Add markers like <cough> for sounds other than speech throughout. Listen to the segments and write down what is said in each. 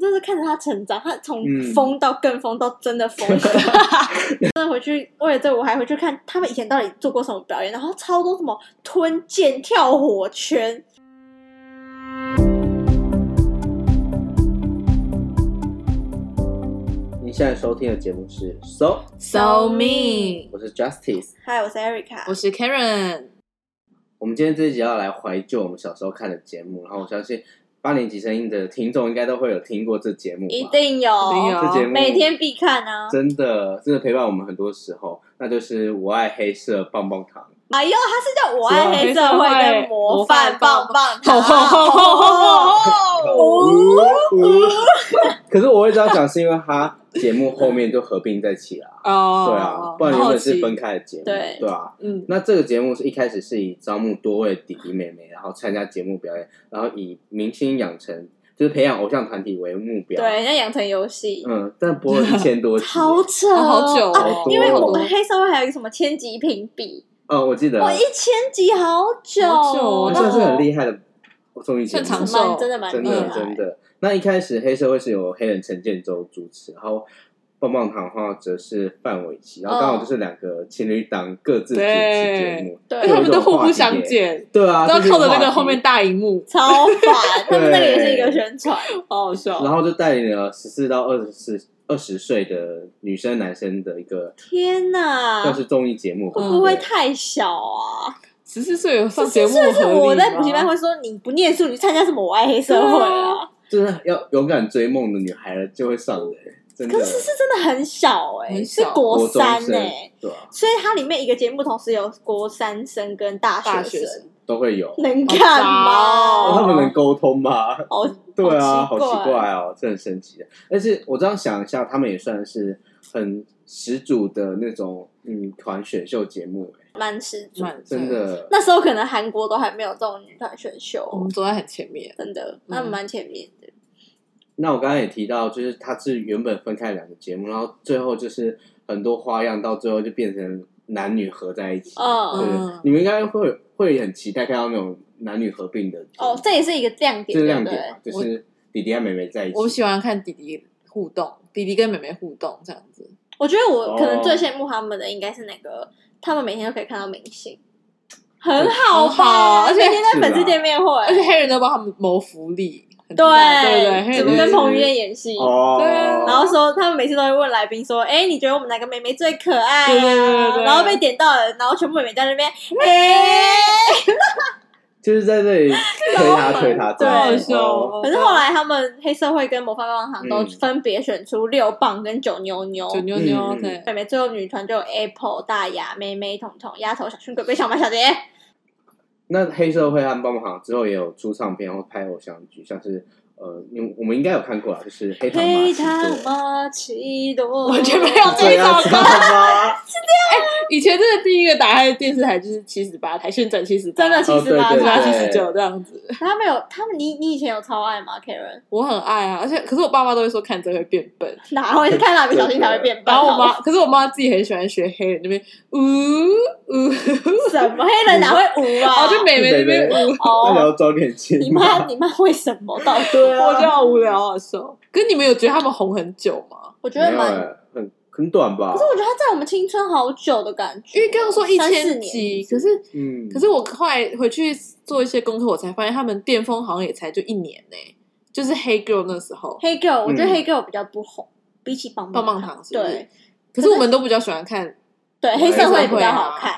真是看着他成长，他从嗯疯到更疯，到真的疯。真的回去为了这，我还回去看他们以前到底做过什么表演，然后超多什么吞剑、跳火圈。你现在收听的节目是 So， So me，我是 Justice。嗨，我是 Erica，我是 Karen，我们今天这一集要来怀旧我们小时候看的节目，然后我相信八年级声音的听众应该都会有听过这节目吧，一定有，一定有这节目每天必看啊！真的真的陪伴我们很多时候，那就是我爱黑色棒棒糖。哎呦，他是叫我爱黑社会跟模范棒棒吼糖。吼吼吼吼吼！哦呜呜哦 <laughs> 可是我会这样讲，是因为它节目后面就合并在一起啦。哦，对啊，不然原本是分开，开的节目，对对啊。嗯，那这个节目是一开始是以招募多位弟弟妹妹，然后参加节目表演，然后以明星养成，就是培养偶像团体为目标。对，，人家养成游戏，嗯，但播了一千多集，好扯哦，哦 <laughs> 好久啊哦，因为好我多 <laughs> 们黑社会还有一个什么千级评比，哦，我记得，哇，一千集好久好久哦哦，我那算是很厉害的综艺节目，擅长蛮真的蛮真厉的害，真的。那一开始黑社会是由黑人陈建州主持，然后棒棒糖的话则是范玮琪，然后刚哦好就是两个情侣档各自主持节目，哎对，他们都互不相见，对啊，都要这是一靠着那话个题后面，大荧幕，超烦，他们那个也是一个对宣传，好好笑。然后就带领了十四到二十四。二十岁的女生、男生的一个天哪，算是会综艺节目吧，不会太小啊？十四岁有上节目是不是合理吗我在补习班会说你不念书，你参加什么我爱黑社会啊？就是要勇敢追梦的女孩了就会上的，真的可是是真的很小哎，很是小国啊国中三生哎。对啊，所以它里面一个节目同时有国三生跟大大学学生，生，都会有，能干好他嘛？糟们能沟通吗？哦，对啊，好奇怪奇怪哦，这很神奇的。但是我这样想一下，他们也算是很始祖的那种女团选秀节目、欸，蛮十足。蛮真。的。那时候可能韩国都还没有这种女团选秀，我们走在很前面，真的，他们蛮前面的。那我刚刚也提到，就是它是原本分开两个节目，然后最后就是很多花样，到最后就变成男女合在一起。对嗯，对对嗯你们应该会会很期待看到那种男女合并的节目哦，这也是一个亮点，这是亮对不点对嘛，就是弟弟和妹妹在一起。我喜欢看弟弟互动，弟弟跟妹妹互动这样子。我觉得我哦可能最羡慕他们的应该是那个，他们每天都可以看到明星，很好很好吧？而且每天在粉丝哦是啊见面会，而且黑人都帮他们谋福利，很对厉害对对，黑人怎么都跟是彭于晏演戏，哦，对啊然后说他们每次都会问来宾说：“哎、你觉得我们哪个妹妹最可爱、啊？”对对对对对然后被点到了，然后全部妹妹在那 <laughs> 边，哎、就是在 <laughs> 这里推他推他，对好好对，笑哦。可是后来他们黑社会跟模范棒棒糖都嗯分别选出六棒跟九妞妞。九妞妞嗯嗯对，妹妹最后女团就有 Apple、大牙、妹妹、彤彤、丫头、小熊、鬼鬼、小马、小杰。那黑社会和棒棒糖之后也有出唱片或拍偶像剧，像是呃，你我们应该有看过啊，就是黑糖玛黑奇他朵。妈奇多，完全没有这一首这样歌。吗？以前这个第一个打开的电视台就是七十八台，现在七十真的七七十八哦对对八台七对十九这样子，他们有他们，你你以前有超爱吗？Karen 我很爱啊。而且可是我爸妈都会说看这会变笨，哪会看蜡笔小新才会变笨？然后我妈，可是我妈自己很喜欢学黑人那边呜呜，什么黑人哪会舞啊？哦然后就美眉那边呜，那你哦，要装点钱。你妈你妈为什么到底？对啊，我觉得好无聊好笑。可是你们有觉得他们红很久吗？我觉没得有蛮，欸很很短吧可是？我觉得她在我们青春好久的感觉，因为刚刚说一三四年千集，可是嗯，可是我后来回去做一些功课，我才发现他们巅峰好像也才就一年呢、就是黑 girl 那时候，黑 girl，我觉得嗯黑 girl 比较不红，比起棒棒棒糖，糖是不是哦对可是我们都比较喜欢看，对，黑黑社社会会比较好啊看。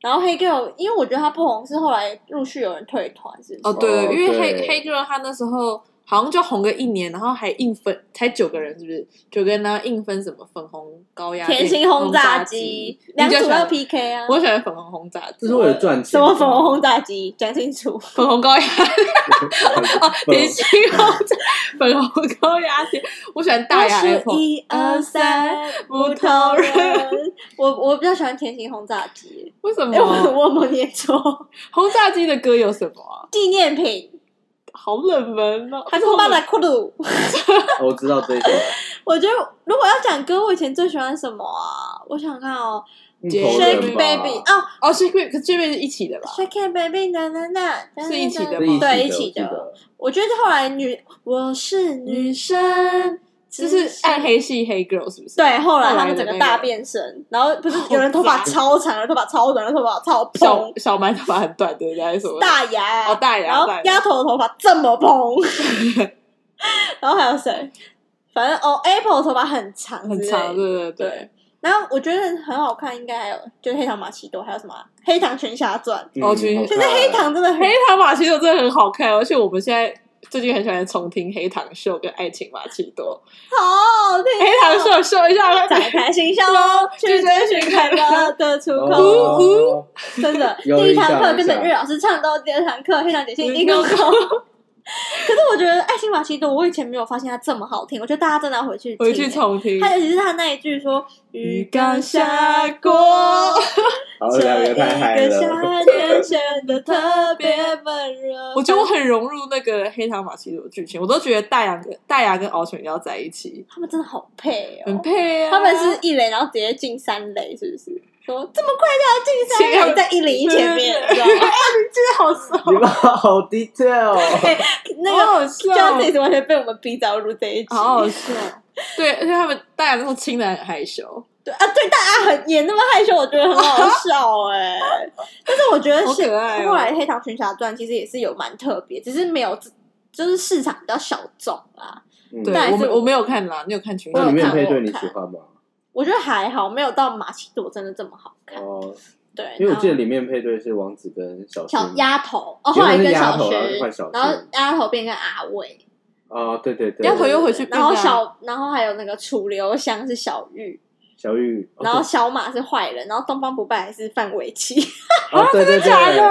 然后黑 girl，因为我觉得她不红是后来陆续有人退团，是不哦是？对哦因为黑对黑 girl 他那时候好像就红个一年，然后还硬分才九个人是不是？九个人然后硬分什么粉红高压甜心电轰炸机机，两你比组较喜欢要 PK 啊！我喜欢粉红轰炸机这是为了赚钱。什么粉红轰炸机？讲清楚。粉 <laughs> 红高压红甜心轰炸粉红高压电，我喜欢大牙我数 Apple。一二三，不不同同人。我我比较喜欢甜心轰炸机，为什哎，我么我有没有念错？轰炸机的歌有什么啊？纪念品，好冷门哦！还是巴拉库鲁。哦 <laughs> 我知道这一首，我觉得如果要讲歌，我以前最喜欢什么啊？我想看哦，街头人 Shake 吧 Baby 哦哦，Shake Baby 可 Shake Baby 是一起的吧？ ，Shake Baby 呐呐呐，是一起的是吗对，一起起的，的。我觉得后来女我是女生就只是暗黑系黑 girl 是不是？对，后来后来他们的整个那大个变身，然后不是好有人头发烦超长，有人头发超短，有人头发超小蓬，小蛮头发很短，对不对？还是什么？大牙，哦大牙然后大牙丫头的头发这么 <laughs> 蓬，然后还有谁？反正哦，Apple 的头发很长，很长，。对对对。然后我觉得很好看，应该还有就是《黑糖玛奇朵》，还有什么啊《黑糖全侠传》。哦其实好就是看黑糖真的很黑糖玛奇朵真的很好看，而且我们现在最近很喜欢重听黑糖秀跟爱情玛奇朵。好听黑糖秀秀一下，展开心胸，去追去追寻寻快快乐乐的出口。哦呜真的，第有一印堂象课有跟印着象日老师唱到第二堂课，黑糖点心一一口口口。可是我觉得《爱情玛奇朵》，我以前没有发现它这么好听，我觉得大家真的要回去回去听欸。重听。它尤其是它那一句说“鱼鱼缸缸下下锅，锅，好这两个一太个嗨了，夏天显得特别温柔”。我觉得我很融入那个黑糖玛奇朵的剧情，我都觉得大牙跟大牙跟敖犬要在一起，他们真的好配很哦。配啊。他们是一垒，然后直接进三垒，是不是？说这么快就要进请三他垒，们在一零一前面，你 <laughs> 对啊知道吗？好熟，你们好 detail，那好个好笑，哦 Justice 完全被我们逼着要录这一集。好 <laughs> 好笑。对，而且他们大牙那时候亲的很害羞，对啊，对大家很也那么害羞，我觉得很好笑哎、但是我觉得好是可爱哦后来《黑糖群侠传》其实也是有蛮特别，只是没有就是市场比较小众啊啦。嗯对但是我没我没有看啦，你有看群我那有里看面看配我有对你看喜欢吗？我觉得还好，没有到马奇朵真的这么好看。哦，对，因为我记得然后里面配对是王子跟小新小丫头哦，后原来本跟是丫小头然后学就换小，然后学丫头变跟阿伟，哦，对对对，丫头又回去变然后成小，然后还有那个楚留香是小玉，小玉，哦然后小马是坏人，然后东方不败是范玮琪。对哦对对对，假的我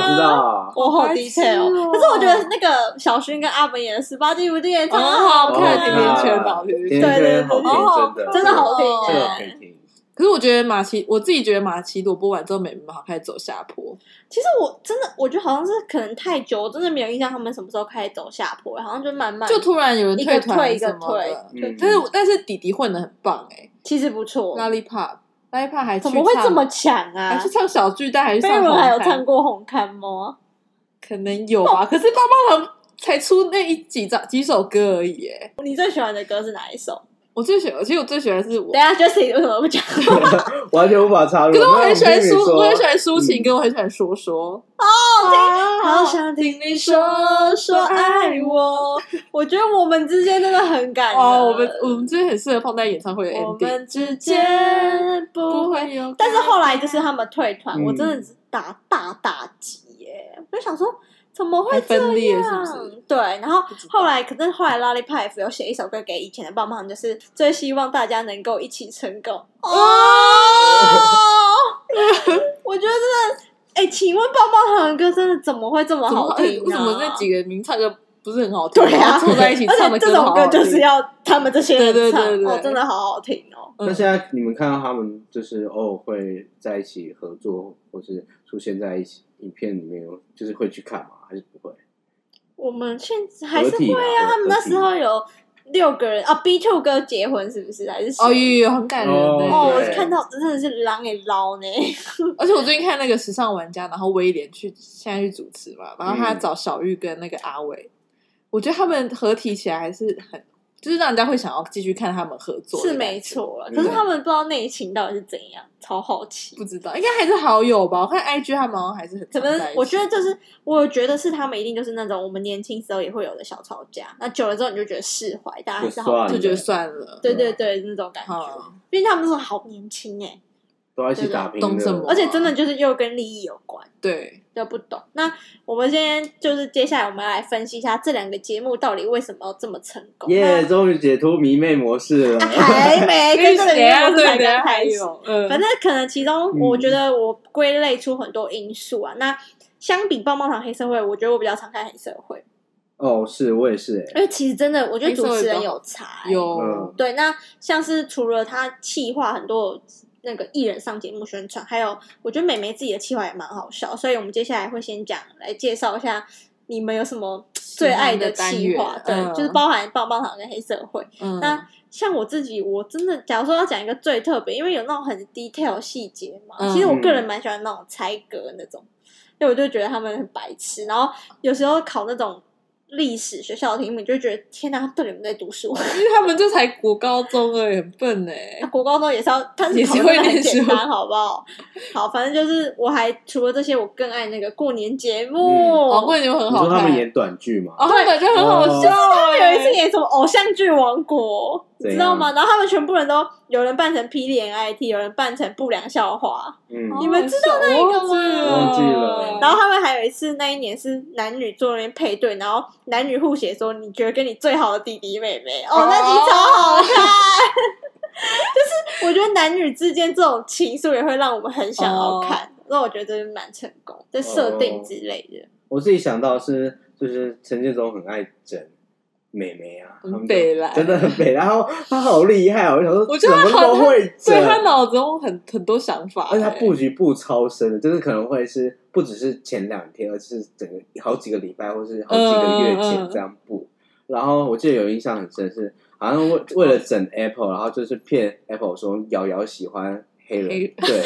啊知道，我好白 detail，、痴哦可是我觉得那个小薰跟阿本演的《十八禁无间》也超很好好看，哦甜甜圈吧，甜甜圈。甜甜对对圈好对哦听，真的真的好听这个哦可以听，可是我觉得马奇，我自己觉得马奇朵播完之后，美美好开始走下坡。其实我真的，我觉得好像是可能太久，我真的没有印象他们什么时候开始走下坡，好像就慢慢就突然有人嗯一个退团一个什么退的。，对嗯但是但是弟弟混的很棒哎其实不错。 ，Lollipop，Lollipop 还去怎么会唱这么强啊还？去唱小巨蛋，还去飞上轮红还有毯唱过红勘吗？可能有吧。可是棒棒糖才出那一几张几首歌而已欸耶。你最喜欢的歌是哪一首？我最喜欢，其实我最喜欢的是我等一，下 Jesse 为什么不讲？哦，完全无法插入。可是我那很喜欢听你抒，说我很喜欢嗯抒情歌，我很喜欢说说。好想听你说说爱我。我觉得我们之间真的很感人。哦哇，我们我们真的很适合放在演唱会的嗯我 ending，们之间不不会会有。但是后来就是他们退团，嗯我真的是打大打击耶！我就想说怎么会还这样？分裂是不是对，然后不知道后来，可是后来 Lollipop 有写一首歌给以前的棒棒，就是最希望大家能够一起成 <laughs> 功。哦，我觉得真的，哎、请问棒棒糖的歌真的怎么会这么怎么好听、啊？为什么这几个名唱歌不是很好听？对啊然后凑在 <laughs> 一起唱而的且这种好好歌听就是要他们这些人唱，对对对对哦，真的好好听哦。嗯那现在你们看到他们就是偶尔会在一起合作，或是出现在一起影片里面，就是会去看吗？还是不会？我们现在还是合体会啦啊，他们那合体时候有六个人啊，B two 哥结婚是不是？还是谁哦，有有很感人哦哦，我呢。对看到真的是狼给捞呢，而且我最近看那个《时尚玩家》，然后威廉去现在去主持嘛，然后他嗯找小玉跟那个阿伟，我觉得他们合体起来还是很，就是让人家会想要继续看他们合作。是没，错了。嗯可是他们不知道内情到底是怎样，超好奇不。知道应该还是好友吧？我看 IG 他嗯们好像还是很可常在一能起我觉得就是，我觉得是他们一定就是那种我们年轻时候也会有的小吵架，那久了之后你就觉得释怀，大家还是就好算，了就觉得算了，对对对，那种感觉。好毕竟他们那时候好年轻哎，都要一起打拼的，懂什么而且真的就是又跟利益有关。对，都不懂。那我们今天就是接下来我们要来分析一下这两个节目到底为什么这么成功。耶啊终于解脱迷妹模式 <laughs> 了那、。还没哎跟这个谁节啊？目是对才的，刚还开 <laughs> 始。有，嗯反正可能其中，嗯我觉得我归类出很多因素啊。那相比棒棒糖黑社会，我觉得我比较常看黑社会，哦，是我也是哎、因为其实真的，我觉得主持人黑社有差、欸。有嗯对，那像是除了他企划很多那个艺人上节目宣传，还有我觉得美眉自己的企划也蛮好笑，所以我们接下来会先讲来介绍一下你们有什么最爱的单企元划，对，嗯就是包含棒棒糖跟黑社会。嗯那像我自己，我真的假如说要讲一个最特别，因为有那种很 detail 细节嘛，嗯其实我个人蛮喜欢那种猜歌那种，因为我就觉得他们很白痴。然后有时候考那种历史学校的题目，你就觉得天哪，他们到底有没有在读书？因为他们就才国高中而已，很笨哎啊。国高中也是要，但是也考是得会很念简书单，好不好？ <laughs> 好，反正就是我还除了这些，我更爱那个过年节目。嗯哦，不然就很你好说他看们。演短剧嘛？哦，他们就很好笑他们哎。有一次演什么偶像剧王国，你知道吗？然后他们全部人都有人扮成霹雳 NIT，有人扮成不良校花，嗯，哦你们知道那一个吗忘记嗯了然后他们还有一次那一年是男女坐那边配对，然后男女互写说你觉得跟你最好的弟弟妹妹，哦，那集超好看。就是我觉得男女之间这种情愫也会让我们很想要看，那、我觉得真的蛮成功，在设定之类的。我自己想到的是，就是陈建忠很爱整美眉啊，很他们北啦就真的很北啦。然后他好厉害哦，我想说，我觉得他怎么都会整对，他脑中很很多想法，哎欸而且他布局布超深的，就是可能会是不只是前两天，而是整个好几个礼拜，或是好几个月嗯前这样布。然后我记得有印象很深是，好像为为了整 Apple，然后就是骗 Apple 说瑶瑶喜欢黑人，黑对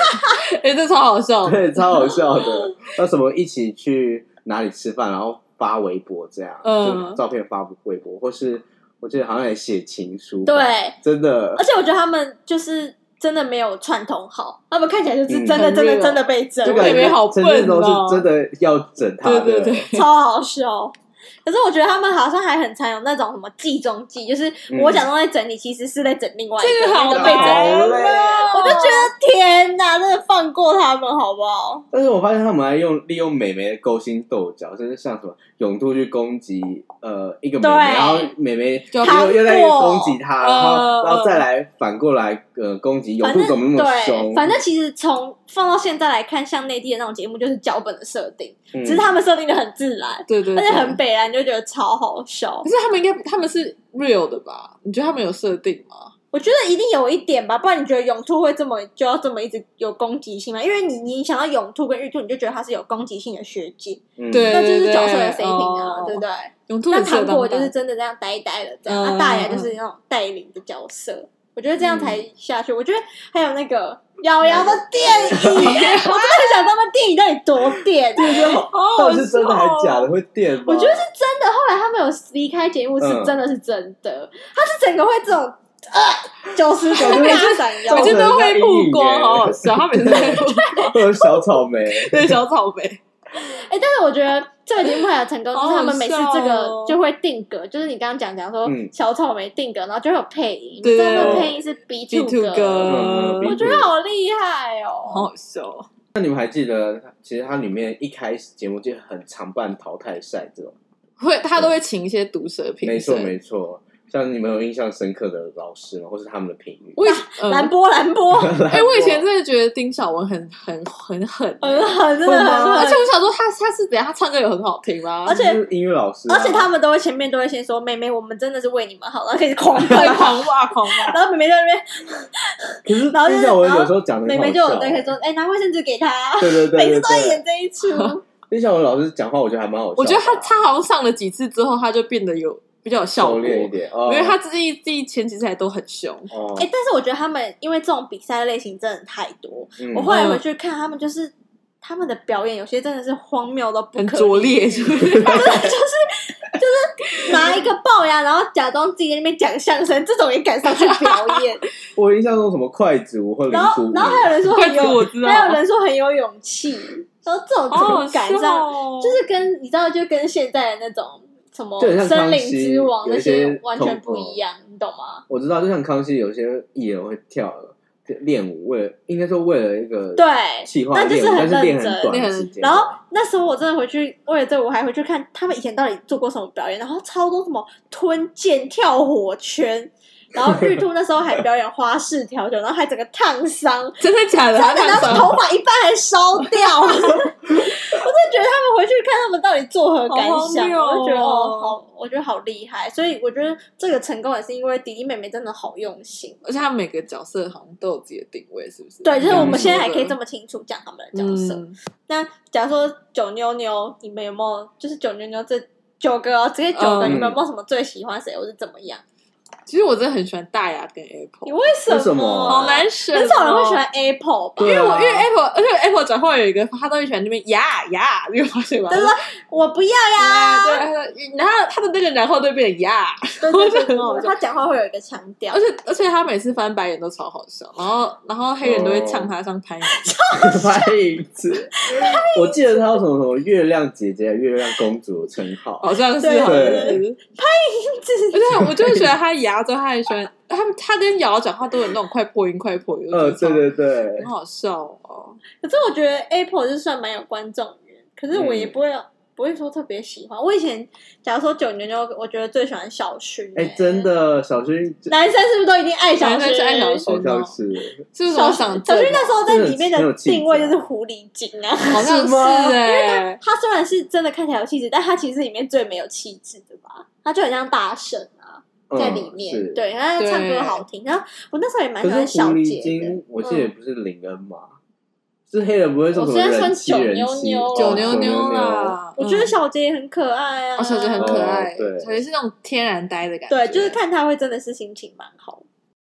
哎，这超好笑的。对，超好笑的。 <laughs> 那什么一起去哪里吃饭，然后发微博这样，嗯就照片发微博，或是我记得好像也写情书，对，，真的而。且我觉得他们就是真的没有串通好，他们看起来就是真的、真嗯很的 real 真的被整这个个妹妹好陈笨建州哦是真的要整他对的，对对，超好笑。可是我觉得他们好像还很常有那种什么计中计，就是嗯我假装在整你，其实是在整另外一这个个好那个被整难的哦人。我就觉得天哪，真的放过他们好不好？但是我发现他们还用利用美眉的勾心斗角，就是像什么勇度去攻击呃一个美眉，对然后美眉就糖又果又在攻击她，然嗯后然后再来反过来呃攻击勇反度正怎么那么凶？对，反正其实从放到现在来看，像内地的那种节目就是脚本的设定，嗯只是他们设定的很自然，对对，而对且很北然，你就觉得超好笑可。是他们应该他们是 real 的吧？你觉得他们有设定吗？我觉得一定有一点吧，不然你觉得勇兔会这么就要这么一直有攻击性吗？因为你你想到勇兔跟玉兔，你就觉得它是有攻击性的学姐，嗯 <laughs> 对那就是角色的 C 屏啊，哦对不对？永兔那很适合糖当果就爸是真的这样呆呆的，这样，嗯啊，大牙就是那种带领的角色。我觉得这样才下去。我觉得还有那个瑶瑶的电影，我真的很想他们电影到底多电。哦 <laughs> 到底是真的还是假的？会电吗？我觉得是真的。后来他们有离开节目，是嗯真的是真的。他是整个会这种呃九十九度每次大闪我耀每觉次得，都会曝光，好好笑。他每次 <laughs> 都会曝光会有小草莓，对小草 <laughs> 莓，哎，但是我觉得这个节目还有成功，就好是他们每次好笑这个哦就会定格，就是你刚刚讲讲说嗯小草莓定格，然后就会有配音，对对这个对配音是 B B two 歌，哥嗯，我觉得好厉害好哦！好笑。那你们还记得，其实它里面一开始节目就很常办淘汰赛这种，会他都会请一些毒舌评没错审，没错。像你们有印象深刻的老师吗？或是他们的评语？我以嗯蓝波蓝波， <laughs> 哎、我以前真的觉得丁晓文很很很狠、欸很狠，真的会吗嗯 <laughs> 很而狠且。我想说他他是怎样，他唱歌有很好听吗？而且就是音乐老师啊、而且他们都会前面都会先说：“妹妹，我们真的是为你们好。”然后开始狂 <laughs> 会喷狂狂骂狂骂，然后妹妹在那边，可是然后就是像我有时候讲的妹妹就有在开始说：“哎，拿卫生纸给她。啊对哦对”对 <laughs> 每次对都在对。演这一 <laughs> 出，丁小文老师讲话，我觉得还蛮好笑的啊。我觉得 <laughs> 他他好像上了几次之后，他就变得有比较有效收果，敛一因点，哦、为他第一第一前几次还都很凶，哦，哎，但是我觉得他们因为这种比赛类型真的太多，嗯我后来回去看他们，就是他们的表演有些真的是荒谬到不很可拙理喻 <laughs> 劣，是不是？拿一个龅牙，然后假装自己在那边讲相声，这种也敢上去表 <laughs> 演。我印象中什么筷子舞或零然鼓后舞，，然后还有人说很筷子有我知，道还有人说很有勇气，然后这 <laughs> 种怎好么好敢笑上？哦，就是跟你知道，就跟现在的那种什么就很像森林康熙之王有那一些些完同全不一样，你懂吗？我知道，就像康熙有些艺人会跳练舞，为了应该说为了一个对，气化但就练是舞，很但是练认真。很短的时间，然后那时候我真的回去，为了这个我还回去看他们以前到底做过什么表演，然后超多什么吞剑、跳火圈，然后玉兔那时候还表演花式调酒，然后还整个烫伤，真的假的？真的，他然后看头发一半还烧掉。我 <laughs> 真的觉得他们回去看他们到底作何感想，我好荒谬哦就觉得哦，好，我觉得好厉害。所以我觉得这个成功也是因为弟弟妹妹真的好用心。而且他每个角色好像都有自己的定位，是不是？对，就是我们嗯现在还可以这么么清楚讲嗯他们的角色。那假如说九妞妞，你们有没有就是九妞妞这九个哦，直接九个，嗯你们有没有什么最喜欢谁，或是怎么样？其实我真的很喜欢大牙跟你 Apple，为什哦为什么好难选、哦很哦少人会喜欢。Apple 吧？对啊因为我因为 Apple，而且 Apple 转换有一个，他都会喜欢那边呀呀，你有发现吗？对对我不要呀，对，他说然后他的那个然后都变成呀，对对对我觉得很好哦对，笑他讲话会有一个腔调而，且而且他每次翻白眼都超好笑，然后然后黑人都会呛他像潘 <laughs> 迎， <laughs> 拍影子。我记得他有什么什么月亮姐姐、月亮公主的称哦号，好像是对好像对是。 <laughs> 这而啊且我就会觉得 <laughs> 他牙之后，他还喜欢他他跟瑶瑶讲话都有那种快破音快破音，呃，我觉得对对对超很，好笑哦。可是我觉得 Apple 就算蛮有观众缘，可是我也不嗯会、不会说特别喜欢。我以前假如说九年就，我觉得最喜欢小薰、欸哎，真，的，小薰就男生是不是都一定爱小薰？男生是爱小薰好像是，是不是小我薰想小薰正那时候在里面这个的很气质啊定位就是狐狸精啊。好像是吗是哎，他虽然是真的看起来有气质，但他其实是里面最没有气质的吧？他就很像大神啊，嗯在里面。是。对，然后他唱对歌好听。然后我那时候也蛮可喜是欢小狐狸姐的。嗯精，我记得也不是林恩嘛，是黑人不会说什么我现在人算妻九人妞妻妞，九哦妞啊妞啦。啦，我觉得嗯小杰也很可爱啊，哦小杰很可爱哦，对小杰是那种天然呆的感觉，对，就是 <laughs> 看他会真的是心情蛮好。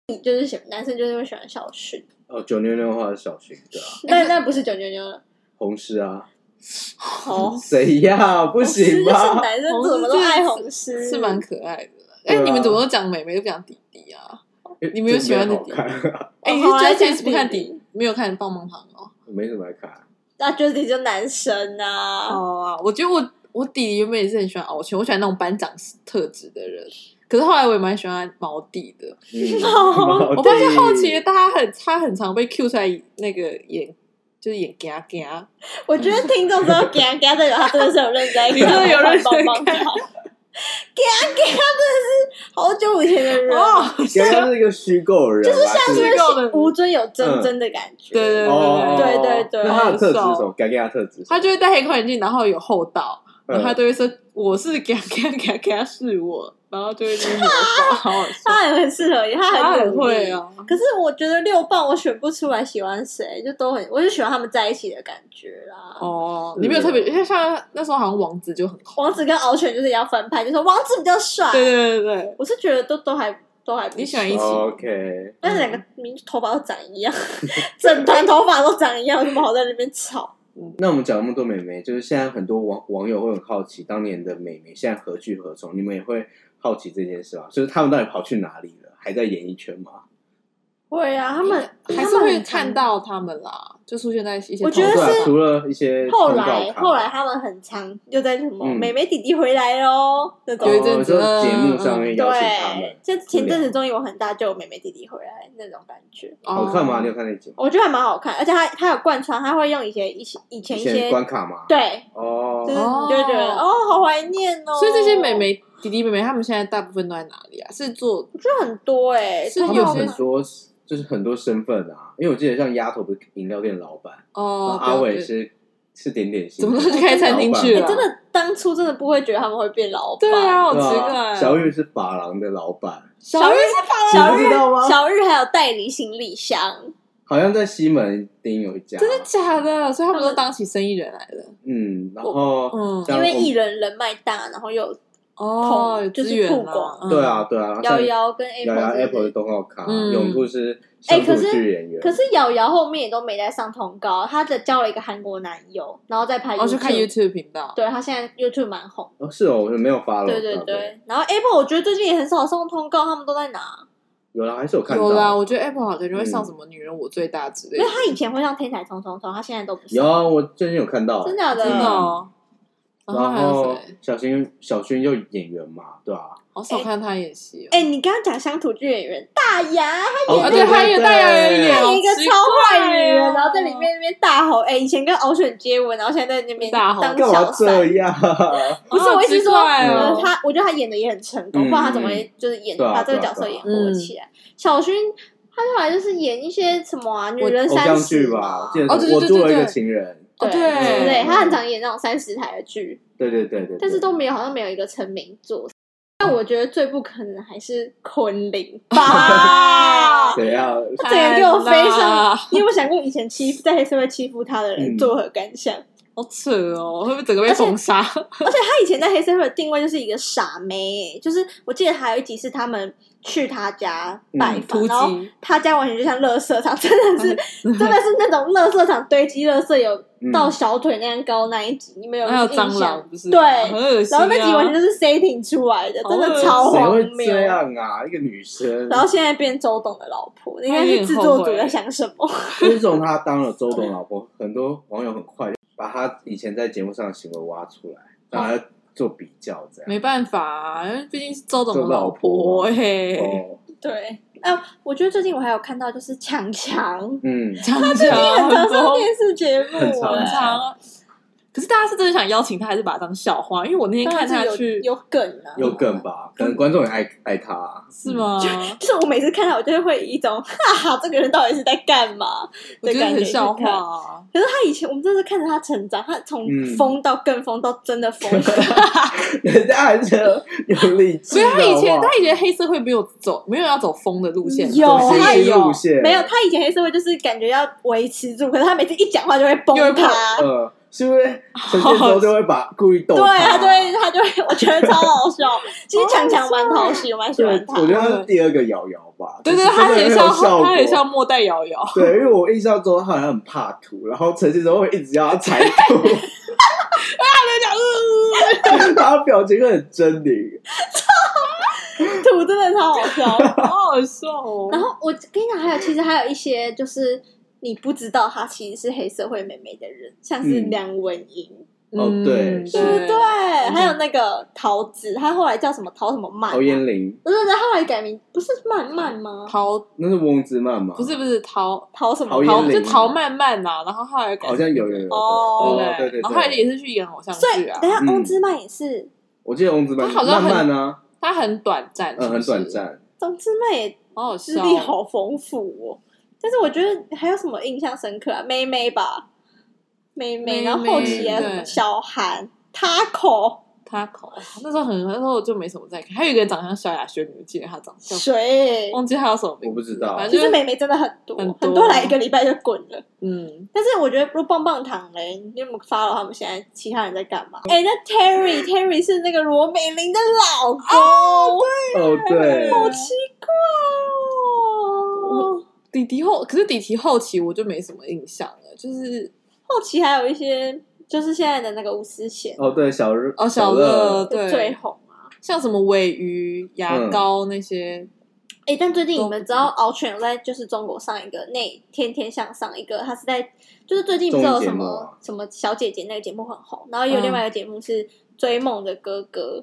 你就是喜男生就是会喜欢小薰，哎哦，九妞妞的话是小薰对啊，那那不是九妞妞了，红狮啊，哦红谁呀？不不行就是吧？男生怎么都爱红狮，是蛮可爱的。哎，对啊你们怎么都讲妹妹，都不讲弟弟啊？你们有喜欢的这没好看，哎，你是好啊觉得讲 James 不看弟弟弟，没有看棒棒糖哦？我没什么爱 <laughs> 看。那就是你就男生啊，哦啊，我觉得我我弟弟原本也是很喜欢敖犬，我喜欢那种班长特质的人。可是后来我也蛮喜欢毛弟的，嗯好哦我发现后期大家很他很常被 Q 出来那个演就是演嘎嘎，我觉得听众知道 <laughs> 给他给他代表他真的是有认真在看，你真的有认真棒棒糖，给他给他真的是好久以前的人， <laughs> 哦，刚刚是一个虚构人吧，啊就是像就是虚构的吴尊有真真的感觉，对对哦，对对对对那他的特质是什么？改变他的特质是什么，他就会戴黑框眼镜，然后有厚道，然后他嗯都会说我是嘎嘎嘎嘎是我，然后就会那边模仿，好好笑，他也很适合，他他很很努力会啊，可是我觉得六棒我选不出来喜欢谁，就都很，我就喜欢他们在一起的感觉啦。哦，是你没有特别，因为像那时候好像王子就很红，王子跟敖犬就是要翻拍，就说王子比较帅。对对对对我是觉得都都还都还不错你喜欢一起 OK，但是两个明明头发都长一样， <laughs> 整团头发都长一样，有什么好在那边吵？那我们讲那么多美眉，就是现在很多网网友会很好奇，当年的美眉现在何去何从？你们也会好奇这件事吗？就是他们到底跑去哪里了？还在演艺圈吗？会啊，他们对，还是会看。到他们啦，就出现在一些我觉得讨对论啊是除了一些他们很常后通告来卡后来他们很常又在什么嗯美美弟弟回来喽那种有。一阵子嗯哦就节目上面邀请他对们，，像前阵子综艺我很大就有美美弟弟回来那种感觉。好看吗？哦你有看那集吗？我觉得还蛮好看，而且他他有贯穿，他会用一些一些以前以一前些关卡吗？，对，哦就是，你就会觉得哦好怀念啊哦。所以这些美，眉、弟弟、妹妹，他们现在大部分都在哪里啊？是做我觉得很多哎、欸，是通他告们有很多就是很多身份啊，因为我记得像丫头不是饮料店老板，然哦后，阿对伟对是是点点心，怎么都去开餐厅去欸了？啊真的当初真的不会觉得他们会变老板。对啊，好老板奇对啊怪。小玉是发廊的老板，小小玉是小你玉不知道吗小玉还有代理行李箱，好像在西门町有一家，真的假的？所以他他们都们当起生意人来了。嗯，然后嗯，像因为我们艺人人脉大，然后又有哦，有就是资源曝啦光。嗯对，啊对啊，瑶像瑶跟瑶 Apple 瑶是不 Apple 是的动画卡，嗯哎永兔是乡可土是剧演员，可是瑶瑶后面也都没再上通告，她只交了一个韩国男友，然后再拍 YouTube，、哦，就看 YouTube 频道。对她现在 YouTube 蛮红。哦是哦，我就没有发了，对对对，然后 Apple 我觉得最近也很少上通告，他们都在哪？有啦，还是有看有啦，到。我觉得 Apple 好像就会上嗯什么“女人我最大”之类因的为。他以前会上《天才冲冲冲》，他现在都不上有，啊我最近有看到，嗯真假的真的哦。然后还然有后谁？小薰小薰又演员嘛，对吧？好少看他演戏哦。哎、你刚刚讲乡土剧演员大牙，哦啊，对，他演大牙人演，他好演一个奇超坏女人，怪哦然后在里面那边大吼，哎、以前跟敖犬接吻，然后现在在那边大吼当干嘛小这三。 <laughs> 样？不是，哦我意思奇是说，怪哦呃他我觉得他演的也很成功，嗯不然他怎么会就是演、对啊把这个对啊角色演对啊活起来？小薰他后来就是演一些什么啊，女人偶三像剧十吧，我嘛记得哦对是对我对做了对一个对情人，对哦对对，他很常演那种三十台的剧。对对对对，但是对都没有，好像没有一个成名作。但我觉得最不可能还是昆凌 <laughs> 吧。谁要嗯这个给我飞天哪上，你有没有想过以前欺负在黑社会欺负他的人嗯作何感想？好扯哦，会不会整个被封杀？ <laughs> 而且她以前在黑社会的定位就是一个傻妹、就是我记得还有一集是他们去她家拜访，嗯突然后击，嗯她家完全就像垃圾场，真的 <laughs> 是真的是那种垃圾场堆积垃圾有嗯到小腿那样高那一集，你们有 <laughs> 还有印象蟑螂，不是？对很恶心、然啊。后那集完全就是 setting 出来的，好真恶的心啊超谁荒会谬这。样啊？一个女生，然后现在变周董的老婆，应该有是点制后作组悔在想什么？自从她当了周董老婆，很多网友很快就把她以前在节目上的行为挖出来，把她做比较，这样。没办法、啊，因为毕竟是周董的周老老婆婆嘿、哦， <laughs> 对，啊，我觉得最近我还有看到就是强强，嗯，常常很常上多电视节目、很常哎很常啊。可是大家是真的想邀请他，还是把他当笑话？因为我那天当然看下是去，有有梗啊，有梗吧？可能观众也爱爱她啊，是吗？就是我每次看到，我就会有一种哈哈，这个人到底是在干嘛我的觉得感觉很去笑话看啊。可是他以前，我们真的是看着他成长，他从嗯疯到更疯，到真的疯。 <laughs> 嗯？人家还是有理智所以的，他以前好不好他以前黑社会没有走，没有要走疯的路线，啊有走走心他新也路路线没有，他以前黑社会就是感觉要维持住，可是他每次一讲话就会崩又会塌，呃，是因为陈建州就会把故意逗对他他啊就会他就会，我觉得超好 <laughs> 笑。其实强强蛮讨喜，我蛮喜对，欢他我觉。得他是第二个瑶瑶吧，啊嗯对对，就是他真的很很像有效他很果像末代瑶瑶， <laughs> 对，因为我印象中他好像很怕土，然后陈建州会一直要他 <laughs> 踩土，他表情会很狰狞。图真的超好 <laughs> 笑。呃好好笑 <laughs> 哦。然后我跟你讲，还有其实还有一些就是你不知道他其实是黑社会妹妹的人，像是嗯梁文英，哦嗯对对不对？嗯还有那个桃子，她后来叫什么桃什么曼、陶啊？嫣玲，不是，她后来改名不是曼曼吗？陶那是翁之曼吗？不是不是陶桃什么陶？陶嫣就玲陶曼曼呐，然后后来改好像有有有有哦哦对对对然后后来对，也是去演偶像所以剧啊等一，下嗯翁之曼也是，我记得翁之曼他好像慢很慢啊，他很短暂，嗯，很是不短是，暂。翁之曼也好好资笑历哦。好丰富哦。但是我觉得还有什么印象深刻啊？妹妹吧，妹妹，妹妹然后后期还有什么对小韩、Taco、他口那时候很，那时候我就没什么在看。还有一个人长得像萧亚轩，你记得他长相？水。忘记他有什么名我字，不知道反其正实就是妹妹真的很多，很多很多来一个礼拜就滚了。嗯，但是我觉得，如棒棒糖嘞，你有没有发了他们现在其他人在干嘛？哎、那 Terry Terry 是那个罗美玲的老公，哦， <laughs> 对，好奇怪哦。弟弟后，可是弟弟后期我就没什么印象了，就是后期还有一些，就是现在的那个吴思贤、哦对，小日哦小乐 <laughs> 乐，对最红。啊像什么尾鱼、牙膏那些，哎、但最近都你们知道敖犬有在就是中国上一个那天天向上一个，他是在就是最近不知道有什综艺节目么、啊什么小姐姐那个节目很红，然后有另外一个节目是追梦的哥哥，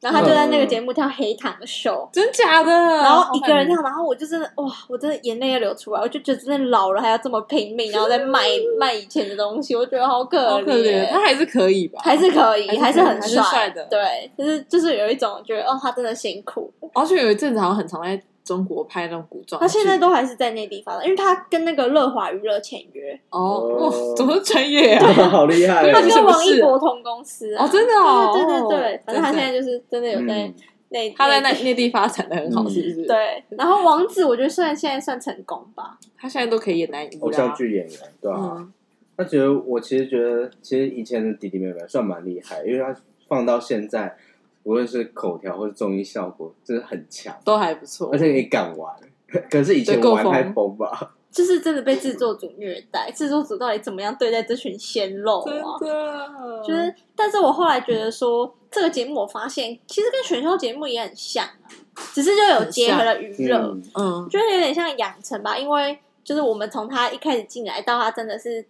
然后他就在嗯那个节目跳黑糖秀。真假的？然后一个人嗯好跳，然后我就真的哇，我真的眼泪要流出来，我就觉得真的老了还要这么拼命，然后再 <laughs> 卖卖以前的东西，我觉得好可可怜，怜好可怜，他还是可以吧？还是可以，还还是是可以很还是帅的对，就是就是有一种觉得哦，他真的辛苦了而哦且有一阵子好像很常在中国拍那种古装剧，他现在都还是在内地发展，因为他跟那个乐华娱乐签约，哦，哦哇，怎么专业啊？ <laughs> 好 <laughs> 厉害他对哦，跟王一博同公司啊、哦，真的哦，对对对对对，反正他真现在的就是真的有在嗯内、他在那内地内地发展的很好，嗯是不是？， <laughs> 对，然后王子我觉得算现在算成功吧，他现在都可以演男一偶像，剧啊演员，对吧？嗯，那觉得我其实觉得，其实以前的弟弟妹妹算蛮厉害，因为他放到现在，无论是口条或者综艺效果，真的很强，都还不错而。且也敢玩。可是以前对够玩疯太疯吧，就是真的被制作组虐 <laughs> 待，制作组到底怎么样对待这群鲜肉真啊？的，就是，但是我后来觉得说，这个节目我发现其实跟选秀节目也很像啊，只是就有很结合像了娱乐。嗯，嗯，觉得有点像养成吧，因为就是我们从他一开始进来到他真的是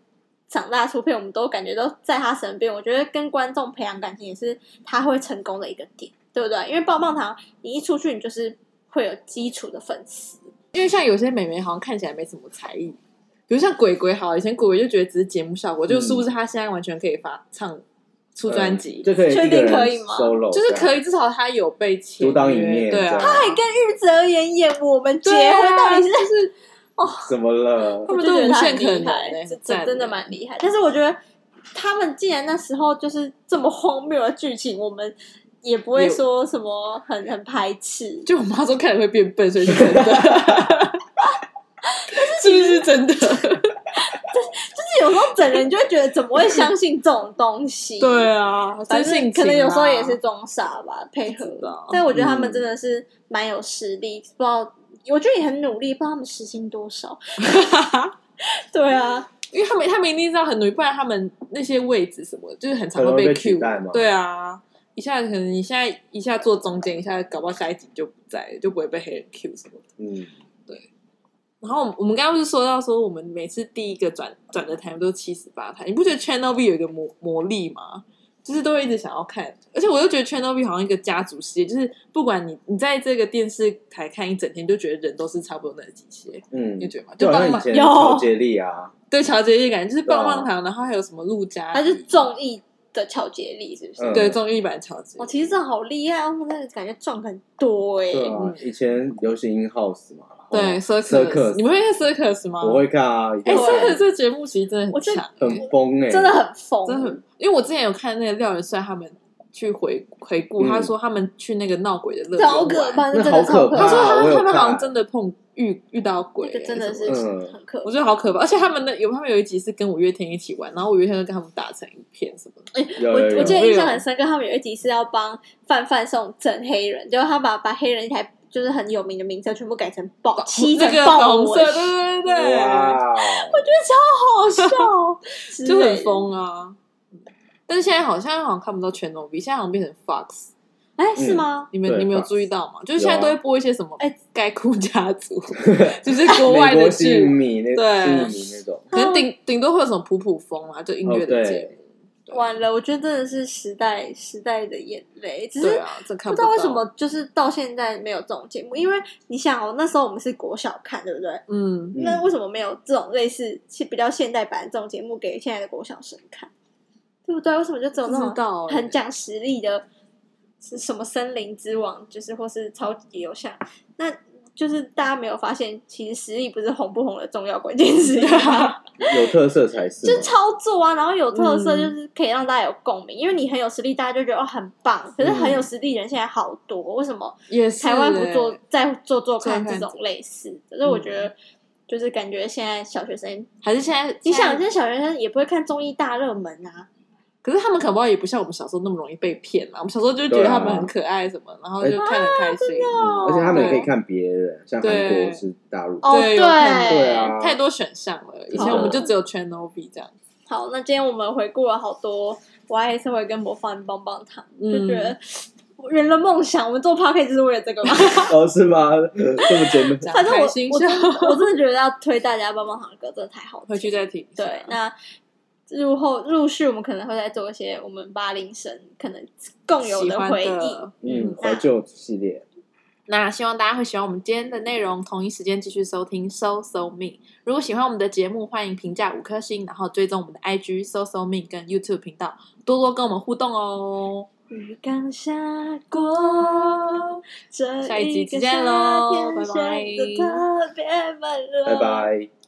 长大出片，我们都感觉都在他身边。我觉得跟观众培养感情也是他会成功的一个点，对不对？因为棒棒糖你一出去，你就是会有基础的粉丝，因为像有些美眉好像看起来没什么才艺，比如像鬼鬼好了，以前鬼鬼就觉得只是节目效果，就殊不知他现在完全可以发唱出专辑，嗯就可以确一个定人可以吗 solo，就是这可样以，至少他有被签约独当一面对啊，这样他还跟玉泽演演我们结对啊婚，到底是就是怎么了他？我们就觉都得无他限很可能厉害，欸这赞这的真的蛮厉害。但是我觉得他们既然那时候就是这么荒谬的剧情，我们也不会有说什么很很排斥，就我妈说看了会变笨，所以是真 <laughs> 的，是不是真的？ <laughs> 就是有时候整人就会觉得怎么会相信这种东西？对啊，反真正性情可啊能有时候啦也是装傻吧，配合知道。但我觉得他们嗯真的是蛮有实力，不知道我觉得也很努力，不知道他们时薪多 <laughs> 少。对啊，因为他们他们一定知道很努力，不然他们那些位置什么，就是很常会很容易被 Q 取代嘛。对啊，一下可能你现在一下坐中间，一下搞不好下一集就不在了，就不会被黑人 Q 什么的。 <laughs> 嗯，然后我们我们刚刚不是说到说，我们每次第一个转转的台都是七十八台，你不觉得 Channel V 有一个魔魔力吗？就是都会一直想要看，而且我又觉得 Channel V 好像一个家族事业，就是不管你你在这个电视台看一整天，就觉得人都是差不多那几些，嗯你，觉得吗？就好棒像以棒前有乔杰利啊，对乔杰一感觉就是对啊棒棒糖，然后还有什么陆家，他是综艺的巧杰力，是不是？嗯对综艺版乔杰哦，，其实这好厉害，他们真的感觉赚很多哎、对啊嗯，以前流行 in house 嘛，对然 circus， Circus 你们会看 circus 吗？后我会看啊，哎以前，circus 这个节目其实真的我很觉得强，欸很疯哎，真的很疯，真的很，因为我之前有看那个廖元帅他们去回回顾，嗯他说他们去那个闹鬼的乐园好可玩，怕，那真那的好超可可怕他说啊我他有他们好像看真的碰遇遇到鬼，欸那个真的是哦什么嗯很可我怕。觉得好可怕，而且他们的有他们有一集是跟五月天一起玩，然后五月天就跟他们打成一片什么的，有我有有我记得印象很深刻，他们有一集是要帮范范送整黑人，就是他把把黑人一台就是很有名的名车全部改成豹，漆那成个豹红纹，色，对对对对，哇，好 <laughs> 笑哦，就之很类的。疯啊。但是现在好像好像看不到全龙 V，现在好像变成 Fox，哎，嗯是吗？你们对你们有 Fox 注意到吗？就是现在有啊都会播一些什么哎盖库家 <laughs> 族，就是国外美的国西剧，米那对西米那种，可能嗯顶顶多会有什么普普风啊，就音乐的哦对节目。对完了，我觉得真的是时代时代的眼泪，只对是啊，这看不知到道为什么，嗯就是到现在没有这种节目，因为你想哦，那时候我们是国小看，对不对？嗯，那嗯为什么没有这种类似是比较现代版的这种节目给现在的国小生看？对不对？为什么就只有不那知种道欸 <laughs> 很讲实力的，是什么森林之王，就是或是超级游侠，那就是大家没有发现，其实实力不是红不红的重要关键 <laughs> 词，啊有特色才是嘛，就是操作啊，然后有特色，嗯就是可以让大家有共鸣，因为你很有实力，大家就觉得哦很棒。可是很有实力的人现在好多，为什么也是台湾不欸做再做做看做这看种类似的？所以我觉得。就是感觉现在小学生，还是现在你想，现现在在小学生也不会看综艺大热门啊，可是他们可能也不像我们小时候那么容易被骗嘛。我们小时候就觉得对啊哎他们很可爱什么，然后就看得啊开心。哦嗯而且他们也可以对看别人，像韩对国是大陆，哦对对有可能对啊太多选项了。以前好我们就只有 Channel B 这样。好，那今天我们回顾了好多我爱社会跟模仿棒棒糖，嗯就觉得圆了梦想。我们做 p o c a s t 就是为了这个嘛。哦，是吗？ <laughs> 这么简这样单，<laughs> 反正我开心我真笑的我真的觉得要推大家棒棒糖的歌，真的太好回听。去再听。对，那入后陆续我们可能会再做一些我们八零生可能共有喜欢回忆。的。嗯，怀旧系列，那希望大家会喜欢我们今天的内容，同一时间继续收听 So So Me。如果喜欢我们的节目，欢迎评价五颗星，然后追踪我们的 IG So So Me 跟 YouTube 频道，多多跟我们互动哦。雨刚下过，这下一集个见喽夏天拜拜显得特别温柔拜拜。